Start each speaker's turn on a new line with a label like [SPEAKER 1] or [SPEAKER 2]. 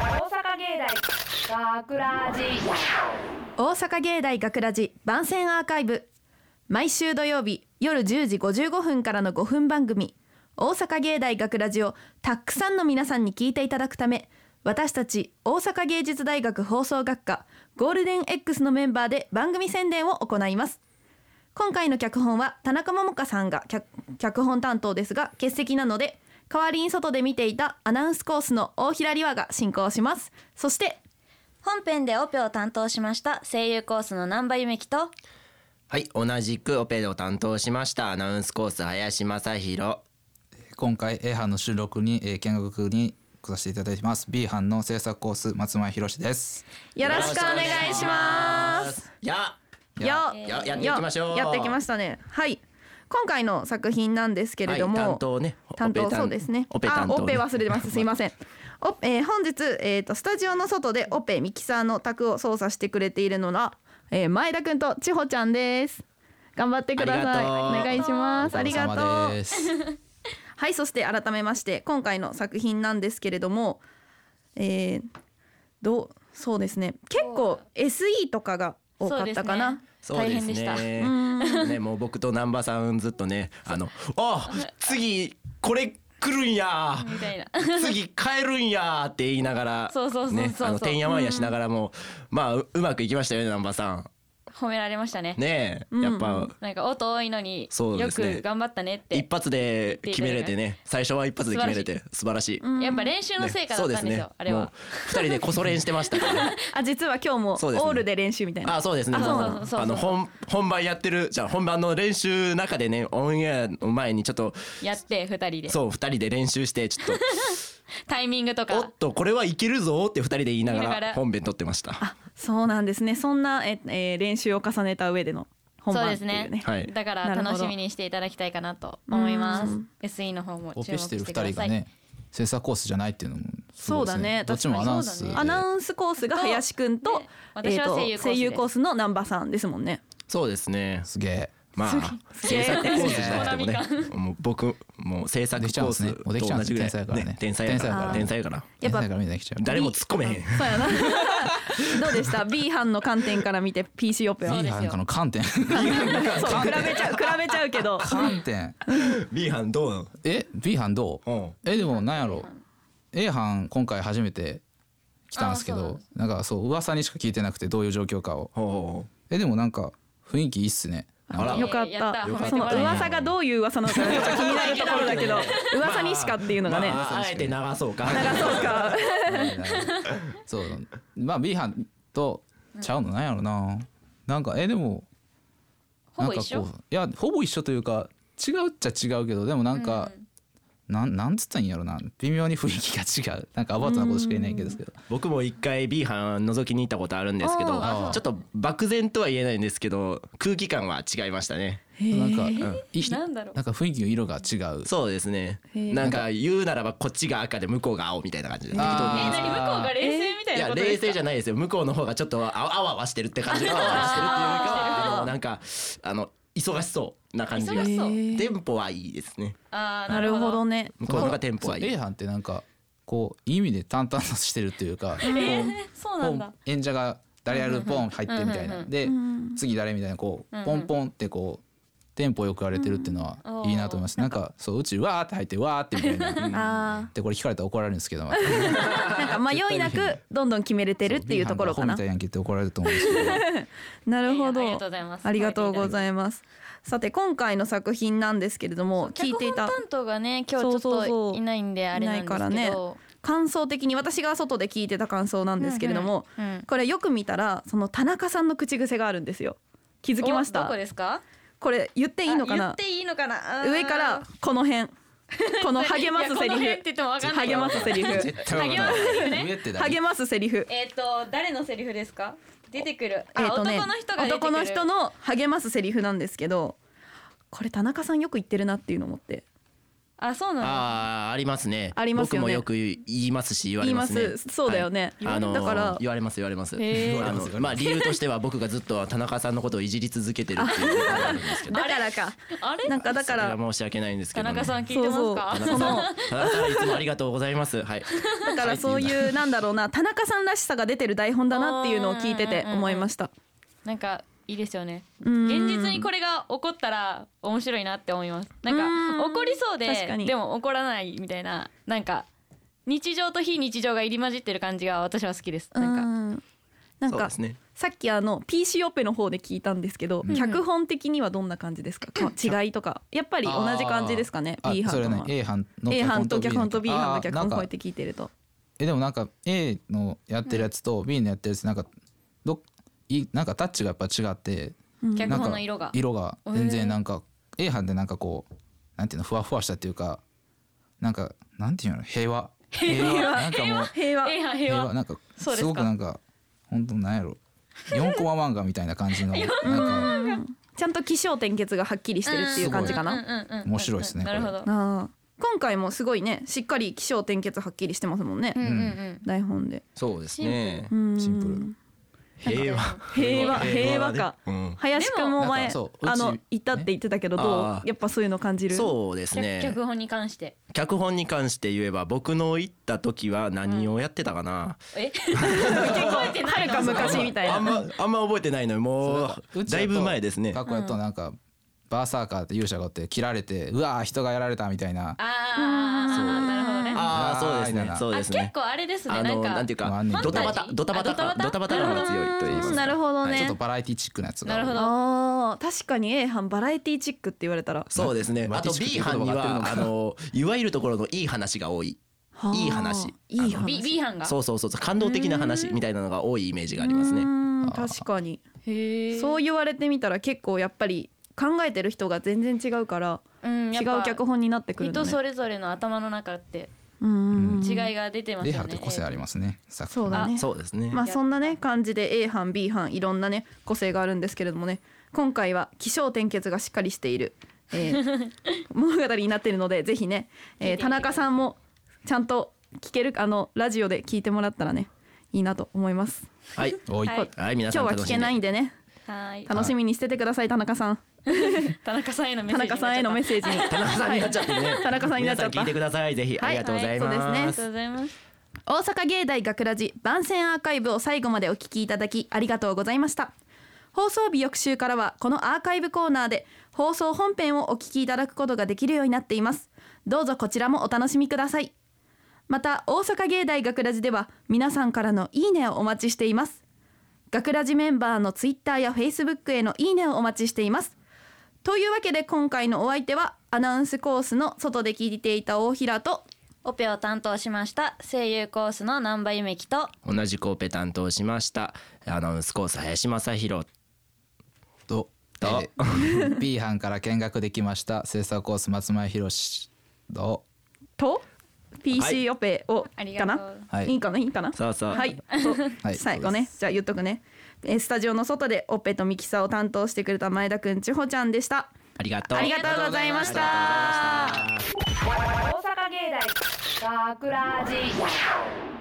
[SPEAKER 1] 芸大学ラジ
[SPEAKER 2] 大阪芸大学ラジ番宣アーカイブ毎週土曜日夜10時55分からの5分番組「大阪芸大学ラジをたくさんの皆さんに聞いていただくため私たち大阪芸術大学放送学科ゴールデン X のメンバーで番組宣伝を行います今回の脚本は田中桃香さんが脚脚本担当ですが欠席なので代わりに外で見ていたアナウンスコースの大平里和が進行しますそして
[SPEAKER 3] 本編でオペを担当しました声優コースの南波ゆ樹と
[SPEAKER 4] はい、同じくオペを担当しましたアナウンスコース林正弘。
[SPEAKER 5] 今回 A 班の収録に、えー、見学に来させていただきます B 班の制作コース松前博です
[SPEAKER 2] よろしくお願いします。
[SPEAKER 4] や、
[SPEAKER 2] よ
[SPEAKER 4] ややっていきましょう
[SPEAKER 2] やっていきましたね。はい。今回の作品なんですけれども、
[SPEAKER 4] はい担当ね
[SPEAKER 2] 担当
[SPEAKER 4] オペ担
[SPEAKER 2] そうですね。
[SPEAKER 4] オペ担当ね
[SPEAKER 2] あ、オペ忘れてます。すいません。お、えー本日えっ、とスタジオの外でオペミキサーの卓を操作してくれているのは、えー前田くんと千穂ちゃんです。頑張ってください。
[SPEAKER 4] ありがとう
[SPEAKER 2] お願いします。ありが
[SPEAKER 5] お
[SPEAKER 2] と
[SPEAKER 5] 疲れ様
[SPEAKER 2] う
[SPEAKER 5] で。す
[SPEAKER 2] はい、そして改めまして今回の作品なんですけれども、えー、どうそうですね。結構 SE とかが多かったかな。
[SPEAKER 4] そうですね。
[SPEAKER 3] 大変
[SPEAKER 4] ね、もう僕と南波さんずっとね、あの、あ、次これ来るんや。
[SPEAKER 3] みたいな
[SPEAKER 4] 次帰るんやって言いながら、
[SPEAKER 3] そうそうそうそう
[SPEAKER 4] ね、あのてんやわんやしながらも、まあううまくいきましたよね南波さん。
[SPEAKER 3] 褒められましたね
[SPEAKER 4] ねえ、やっぱ。
[SPEAKER 3] なんか音多いのに
[SPEAKER 4] そう
[SPEAKER 3] よ
[SPEAKER 4] ですね
[SPEAKER 3] く頑張ったねって
[SPEAKER 4] 一発で決めれてね最初は一発で決めれて素晴らしい
[SPEAKER 3] やっぱ練習の成果だったんですよ、
[SPEAKER 4] ね
[SPEAKER 3] あれ
[SPEAKER 4] もう
[SPEAKER 3] は
[SPEAKER 4] 二人でこそ練してましたからね
[SPEAKER 2] あ実は今日もオ
[SPEAKER 4] そうですね
[SPEAKER 2] ールで練習みたいな、
[SPEAKER 4] あそうですね
[SPEAKER 3] あ
[SPEAKER 4] も
[SPEAKER 3] そうそうそうそう
[SPEAKER 4] あの本本番やってるじゃあ本番の練習の中でねオンエアの前にちょっと
[SPEAKER 3] やって二人で
[SPEAKER 4] そう二人で練習してちょっ
[SPEAKER 3] タイミングと
[SPEAKER 4] とお
[SPEAKER 3] か
[SPEAKER 4] っとこれはいけるぞって二人で言いなが
[SPEAKER 3] 言いながら
[SPEAKER 4] ら本編撮ってました
[SPEAKER 2] そうなんですねそんなえ、えー練習を重ねた上での本
[SPEAKER 3] そう
[SPEAKER 2] 番
[SPEAKER 3] で
[SPEAKER 2] って
[SPEAKER 3] す
[SPEAKER 2] いうね
[SPEAKER 3] ね
[SPEAKER 4] はい
[SPEAKER 3] だから
[SPEAKER 2] なるほど
[SPEAKER 3] 楽しみにしていただきたいかなと思います SE の方も
[SPEAKER 5] オ
[SPEAKER 3] 注目
[SPEAKER 5] ペ
[SPEAKER 3] し
[SPEAKER 5] しててる
[SPEAKER 3] くだ
[SPEAKER 5] 二人
[SPEAKER 3] さ
[SPEAKER 5] が
[SPEAKER 3] い、
[SPEAKER 5] ね制作コースじゃないっていうのもす
[SPEAKER 2] そう
[SPEAKER 5] ごいで
[SPEAKER 2] だ
[SPEAKER 5] すね
[SPEAKER 2] ね
[SPEAKER 5] どっちもアナウンスで、
[SPEAKER 3] 確
[SPEAKER 2] アナウンスコースが林くんと
[SPEAKER 3] ね私は声優
[SPEAKER 2] えー
[SPEAKER 3] コースです
[SPEAKER 2] と声優コースの南波さんですもんね
[SPEAKER 4] そうですね
[SPEAKER 5] すげえ
[SPEAKER 4] まあ制作コースじゃなくてもね
[SPEAKER 3] コナ
[SPEAKER 4] もう僕もう制作コ
[SPEAKER 5] できちゃう
[SPEAKER 4] ー
[SPEAKER 5] んですね
[SPEAKER 4] ス
[SPEAKER 5] もうできち
[SPEAKER 4] と
[SPEAKER 5] ゃうん
[SPEAKER 4] 同
[SPEAKER 5] で
[SPEAKER 4] じ
[SPEAKER 5] す
[SPEAKER 4] ぐらい
[SPEAKER 5] 天才
[SPEAKER 4] 天才や
[SPEAKER 5] だからね
[SPEAKER 4] から天
[SPEAKER 5] 天
[SPEAKER 4] 才や から
[SPEAKER 2] やっぱ
[SPEAKER 5] だからみんな来ちゃう
[SPEAKER 4] 誰も突っ込めへん
[SPEAKER 2] そうや などうでした B 班の観点から見て PC オペは
[SPEAKER 3] そう
[SPEAKER 5] いい
[SPEAKER 3] ですよ
[SPEAKER 5] なんかの 観点
[SPEAKER 2] そう比べちゃう比べちゃうけど
[SPEAKER 5] 観点
[SPEAKER 4] B 班どう
[SPEAKER 5] え B 班どう、
[SPEAKER 4] うん
[SPEAKER 5] えでもなんやろ A 班今回初めて来たんですけ
[SPEAKER 3] あそうなん
[SPEAKER 5] ど
[SPEAKER 3] で
[SPEAKER 5] なんかそう噂にしか聞いてなくてどういう状況かを
[SPEAKER 4] ほ
[SPEAKER 5] えでもなんか雰囲気いいっすね
[SPEAKER 4] あら
[SPEAKER 2] よかっ
[SPEAKER 3] やった
[SPEAKER 2] た
[SPEAKER 3] 褒めて
[SPEAKER 2] そ
[SPEAKER 3] も
[SPEAKER 2] の
[SPEAKER 3] らえた
[SPEAKER 2] 噂がどういう噂なのかちょっと気になるところだけど 噂にしかっていう
[SPEAKER 4] う
[SPEAKER 2] のがね、
[SPEAKER 4] まああえて流そうか
[SPEAKER 2] そうか
[SPEAKER 5] そうまあ B 班とちゃうのなんやろななんかえでも
[SPEAKER 3] ほ
[SPEAKER 5] なん
[SPEAKER 3] ぼ
[SPEAKER 5] か
[SPEAKER 3] 一緒
[SPEAKER 5] こういやほぼ一緒というか違うっちゃ違うけどでもなんか、なんなんつったらいいんやろな微妙に雰囲気が違うなんかアバウトなことしか言えないけどですけど
[SPEAKER 4] 僕も一回 B 班覗きに行ったことあるんですけど
[SPEAKER 5] あー
[SPEAKER 4] ちょっと漠然とは言えないんですけど空気感は違いましたね
[SPEAKER 5] なんか、い
[SPEAKER 3] なんだろう
[SPEAKER 5] なんか雰囲気の色が違う
[SPEAKER 4] そうですねなんか言うならばこっちが赤で向こうが青みたいな感じで
[SPEAKER 3] え
[SPEAKER 5] あ
[SPEAKER 3] 何向こうが冷静みたい
[SPEAKER 4] い
[SPEAKER 3] な
[SPEAKER 4] や
[SPEAKER 3] ことで
[SPEAKER 4] 冷
[SPEAKER 3] すか
[SPEAKER 4] 静じゃないですよ向こうの方がちょっとああわあわしてるって感じあわあわしてるっていうかあのなんかあの忙しそうな感じが
[SPEAKER 3] 忙しそう
[SPEAKER 4] テンポはいいですね
[SPEAKER 3] あー
[SPEAKER 2] なるほどね
[SPEAKER 4] 向こうの方がテンポ
[SPEAKER 5] そう
[SPEAKER 4] はいい
[SPEAKER 5] A 班ってなんかこういい意味で淡々としてるという か、
[SPEAKER 3] え
[SPEAKER 5] こう
[SPEAKER 3] ー、そうなんだ
[SPEAKER 5] こう演者が誰やるポン入ってみたいなで次誰みたいなこうポンポンってこうテンポよくやれてるっていうの
[SPEAKER 3] うん
[SPEAKER 5] はいいなと思いますなんかそううちわーって入ってわーってみたいな
[SPEAKER 2] あ
[SPEAKER 5] でこれ聞かれたら怒られるんですけどまた
[SPEAKER 2] ーなんか迷いなくどんどん決めれてるっていうところかな
[SPEAKER 5] そう B 班がアホみたいやんけって怒られると思うんですけど
[SPEAKER 2] なるほど
[SPEAKER 3] いやいやありがとうございます
[SPEAKER 2] ありがとうございますさて今回の作品なんですけれども聞いていた
[SPEAKER 3] 脚本担当がね今日ちょ
[SPEAKER 2] そ
[SPEAKER 3] っ
[SPEAKER 2] うそうそ
[SPEAKER 3] と
[SPEAKER 2] う
[SPEAKER 3] いないんであれなんですけど
[SPEAKER 2] いないからね感想的に私が外で聞いてた感想なんですけれども、
[SPEAKER 3] うんうんうん
[SPEAKER 2] これよく見たらその田中さんの口癖があるんですよ気づきまし
[SPEAKER 3] おど
[SPEAKER 2] た
[SPEAKER 3] こですか
[SPEAKER 2] これ言っていいのか
[SPEAKER 3] あ言っ
[SPEAKER 2] な
[SPEAKER 3] ていいのかなあー
[SPEAKER 2] 上からこの辺この励ますセ
[SPEAKER 3] いやこの
[SPEAKER 2] リ
[SPEAKER 3] 辺っ
[SPEAKER 2] フ
[SPEAKER 3] て言ってもわかんない
[SPEAKER 2] 励ますセリフ
[SPEAKER 5] 絶対わかんない上って誰
[SPEAKER 2] 励ますセリフ
[SPEAKER 3] えっ、と誰のセリフですか出てくるあ、
[SPEAKER 2] えーとね
[SPEAKER 3] 男の人が出てく
[SPEAKER 2] 男
[SPEAKER 3] る
[SPEAKER 2] の人の励ますセリフなんですけどこれ田中さんよく言ってるなっていうのを思って
[SPEAKER 3] あそうなんだ
[SPEAKER 4] ああありますね
[SPEAKER 2] ありますよね
[SPEAKER 4] 僕もよく言いますし言わ
[SPEAKER 2] 言
[SPEAKER 4] れ
[SPEAKER 2] い
[SPEAKER 4] ま
[SPEAKER 2] ます
[SPEAKER 4] ね
[SPEAKER 2] すそうだよね、
[SPEAKER 4] はいあの
[SPEAKER 2] だから
[SPEAKER 4] 言われます言われます、
[SPEAKER 2] へー
[SPEAKER 4] あのまあ理由としては僕がずっと田中さんのことをいじり続けてるっていうのがあるんですけど
[SPEAKER 2] だからか
[SPEAKER 6] あれ
[SPEAKER 2] なんかだか
[SPEAKER 4] それ
[SPEAKER 2] ら
[SPEAKER 4] は申し訳ないんですけ
[SPEAKER 6] 田
[SPEAKER 4] ども
[SPEAKER 6] 中さん聞いて
[SPEAKER 2] そ
[SPEAKER 6] ま
[SPEAKER 2] う
[SPEAKER 6] す
[SPEAKER 2] そう
[SPEAKER 6] か
[SPEAKER 4] 田中さん田中さんいつもありがとうございますはい
[SPEAKER 2] だからそういうなんだろうな田中さんらしさが出てる台本だなっていうのを聞いてて思いました
[SPEAKER 6] なんかいいですよね
[SPEAKER 2] うん
[SPEAKER 6] 現実にこれが起こったら面白いなって思いますな
[SPEAKER 2] うんん
[SPEAKER 6] か起こりそう
[SPEAKER 2] 確か
[SPEAKER 6] で
[SPEAKER 2] に
[SPEAKER 6] でも起こらないみたいななんか日常と非日常が入り混じってる感じが私は好きですなんか
[SPEAKER 2] うんなん
[SPEAKER 4] そう
[SPEAKER 2] か
[SPEAKER 4] ですね
[SPEAKER 2] さっきあの PC オペの方で聞いたんですけど、脚本的にはどんな感じですかか違いとかやっぱり同じ感じですかね
[SPEAKER 5] あ
[SPEAKER 2] B
[SPEAKER 5] そ
[SPEAKER 2] 班
[SPEAKER 5] れ
[SPEAKER 2] と
[SPEAKER 5] ね
[SPEAKER 2] は
[SPEAKER 5] A 班の
[SPEAKER 2] A 班と脚本と B 班の脚本
[SPEAKER 5] あー
[SPEAKER 2] こう
[SPEAKER 5] な
[SPEAKER 2] やっ
[SPEAKER 5] んか
[SPEAKER 2] て聞いてると
[SPEAKER 5] えでもなんか A のやってるやつと B のやってるやつなんかどっいなんかタッチがやっぱ違って
[SPEAKER 6] 脚
[SPEAKER 5] なん
[SPEAKER 6] 本
[SPEAKER 5] か
[SPEAKER 6] の色が
[SPEAKER 5] 色が全然なんか A 班でなんかこうなんていうのふわふわしたっていうかなんかなんていうの平和平和なんかもう
[SPEAKER 2] 平和
[SPEAKER 6] A 班平
[SPEAKER 5] 平
[SPEAKER 6] 和
[SPEAKER 5] 和なんか
[SPEAKER 6] そうです
[SPEAKER 5] す
[SPEAKER 6] か
[SPEAKER 5] ごくなんか本当なんやろ4コマ漫画みたいな感じ のなんか
[SPEAKER 2] ちゃんと起承転結がはっきりしてるっていう感じかな、
[SPEAKER 6] な
[SPEAKER 5] 面白いですね
[SPEAKER 6] なるほど
[SPEAKER 2] あー今回もすごいねしっかり起承転結はっきりしてますもんね、
[SPEAKER 6] うんうんうん
[SPEAKER 2] 台本で
[SPEAKER 4] そうですね
[SPEAKER 5] シンプル
[SPEAKER 4] 平和
[SPEAKER 2] 平和平和
[SPEAKER 4] ね
[SPEAKER 2] か
[SPEAKER 4] うん
[SPEAKER 2] 林くんも前
[SPEAKER 5] でも
[SPEAKER 2] あ
[SPEAKER 5] なんかそうう
[SPEAKER 2] の
[SPEAKER 5] ち
[SPEAKER 2] 言ったって言ってたけど
[SPEAKER 4] ね
[SPEAKER 2] ど
[SPEAKER 4] あ
[SPEAKER 2] う
[SPEAKER 4] ー
[SPEAKER 2] やっぱそういうの感じる
[SPEAKER 4] そうです
[SPEAKER 6] 脚
[SPEAKER 4] ね
[SPEAKER 6] 脚本に関して
[SPEAKER 4] 脚本に関して言えば僕の行った時は何をやってたかな、
[SPEAKER 6] え結構覚えてないの
[SPEAKER 2] はるか昔みたいな
[SPEAKER 4] あんまあんま覚えてないのよもうだいぶ前ですね
[SPEAKER 5] 学校やとなんかバーサーカーって勇者がおって切られてうわー人がやられたみたいな
[SPEAKER 6] あー
[SPEAKER 4] そう
[SPEAKER 6] あーなるほどね
[SPEAKER 4] ああそうです
[SPEAKER 5] あー
[SPEAKER 4] ねそうですね
[SPEAKER 6] あ結構あれですね
[SPEAKER 4] あ
[SPEAKER 6] な
[SPEAKER 4] の
[SPEAKER 6] ん
[SPEAKER 4] なん
[SPEAKER 6] か
[SPEAKER 4] ていう
[SPEAKER 5] まあ
[SPEAKER 4] か
[SPEAKER 5] あんねんけ
[SPEAKER 4] ド
[SPEAKER 5] ど
[SPEAKER 4] タバタドタバタ
[SPEAKER 6] あ
[SPEAKER 4] かド
[SPEAKER 6] ド
[SPEAKER 4] タ
[SPEAKER 6] タ
[SPEAKER 4] バ
[SPEAKER 6] バ
[SPEAKER 4] タ
[SPEAKER 6] タ
[SPEAKER 4] の方が強いと言いますか
[SPEAKER 2] なるほどね、
[SPEAKER 5] ちょっとバラエティチックなやつが
[SPEAKER 6] なるほど
[SPEAKER 2] あー確かに A 班バラエティチックって言われたら
[SPEAKER 4] そうですね
[SPEAKER 5] まあ
[SPEAKER 4] あと B 班に
[SPEAKER 5] ま
[SPEAKER 4] は
[SPEAKER 5] あ
[SPEAKER 4] あのいわゆるところのいい話が多い
[SPEAKER 2] はあ
[SPEAKER 4] いい話
[SPEAKER 2] いい話
[SPEAKER 6] B B 班が
[SPEAKER 4] そうそうそうそう感動的な話みたいなのが多いイメージがあります
[SPEAKER 2] う
[SPEAKER 4] ね
[SPEAKER 2] ーん確かに
[SPEAKER 6] へえ
[SPEAKER 2] そう言われてみたら結構やっぱり考えてる人が全然違うから
[SPEAKER 6] うん
[SPEAKER 2] 違
[SPEAKER 6] やっ
[SPEAKER 2] う
[SPEAKER 6] ぱ
[SPEAKER 2] 脚本になってくるの
[SPEAKER 6] 人
[SPEAKER 2] ね
[SPEAKER 6] それぞれの頭の中って
[SPEAKER 2] うーん
[SPEAKER 6] 違いが出てます
[SPEAKER 5] レ
[SPEAKER 6] よ
[SPEAKER 5] ハ
[SPEAKER 6] ね。
[SPEAKER 5] って個性ありますねさっき
[SPEAKER 2] そうだね
[SPEAKER 4] そうですね
[SPEAKER 2] まあそんなね感じで A 班 B 班いろんなね個性があるんですけれどもね今回は起承転結がしっかりしている、えー物語になっているのでぜひね、えー田中さんもちゃんと聞けるあのラジオで聞いてもらったらねいいなと思います
[SPEAKER 4] はい
[SPEAKER 5] おい
[SPEAKER 6] はい
[SPEAKER 4] はい皆さ
[SPEAKER 2] 今
[SPEAKER 4] ん
[SPEAKER 2] 日は
[SPEAKER 4] 楽
[SPEAKER 2] 聞
[SPEAKER 4] し
[SPEAKER 2] け
[SPEAKER 4] んで
[SPEAKER 2] ないんでね
[SPEAKER 6] はい。
[SPEAKER 2] 楽しみにしててください田中さん
[SPEAKER 6] 田中さんへのメッセージ。
[SPEAKER 2] 田中さんへのメッセージに
[SPEAKER 4] 田中さんになっちゃってね
[SPEAKER 2] 田中さんになっちゃった
[SPEAKER 4] 皆さん聞いてくださいぜひありがとうございます、
[SPEAKER 2] はいそう
[SPEAKER 6] あり
[SPEAKER 2] で
[SPEAKER 6] がとうございます。
[SPEAKER 2] 大阪芸大学ラジ番宣アーカイブを最後までお聞きいただきありがとうございました放送日翌週からはこのアーカイブコーナーで放送本編をお聞きいただくことができるようになっていますどうぞこちらもお楽しみくださいまた大阪芸大学ラジでは皆さんからのいいねをお待ちしています学ラジメンバーのツイッターやフェイスブックへのいいねをお待ちしていますというわけで今回のお相手はアナウンスコースの外で聞いていた大平と
[SPEAKER 3] オペを担当しました声優コースの南波夢樹と
[SPEAKER 4] 同じコーペ担当しましたアナウンスコース林正弘
[SPEAKER 5] と、えー B 班から見学できました制作コース松前宏と
[SPEAKER 2] と PC オペを、
[SPEAKER 6] あり
[SPEAKER 2] か
[SPEAKER 6] がとう
[SPEAKER 2] な、
[SPEAKER 5] はい
[SPEAKER 2] いいかないいかな
[SPEAKER 4] そうそう
[SPEAKER 2] はい、と
[SPEAKER 5] はい
[SPEAKER 2] 最後ねじゃあ言っとくねえースタジオの外でオペとミキサーを担当してくれた前田くん千穂ちゃんでした
[SPEAKER 4] ありがとう
[SPEAKER 2] ありがとうございました
[SPEAKER 1] 大阪芸大学ラジ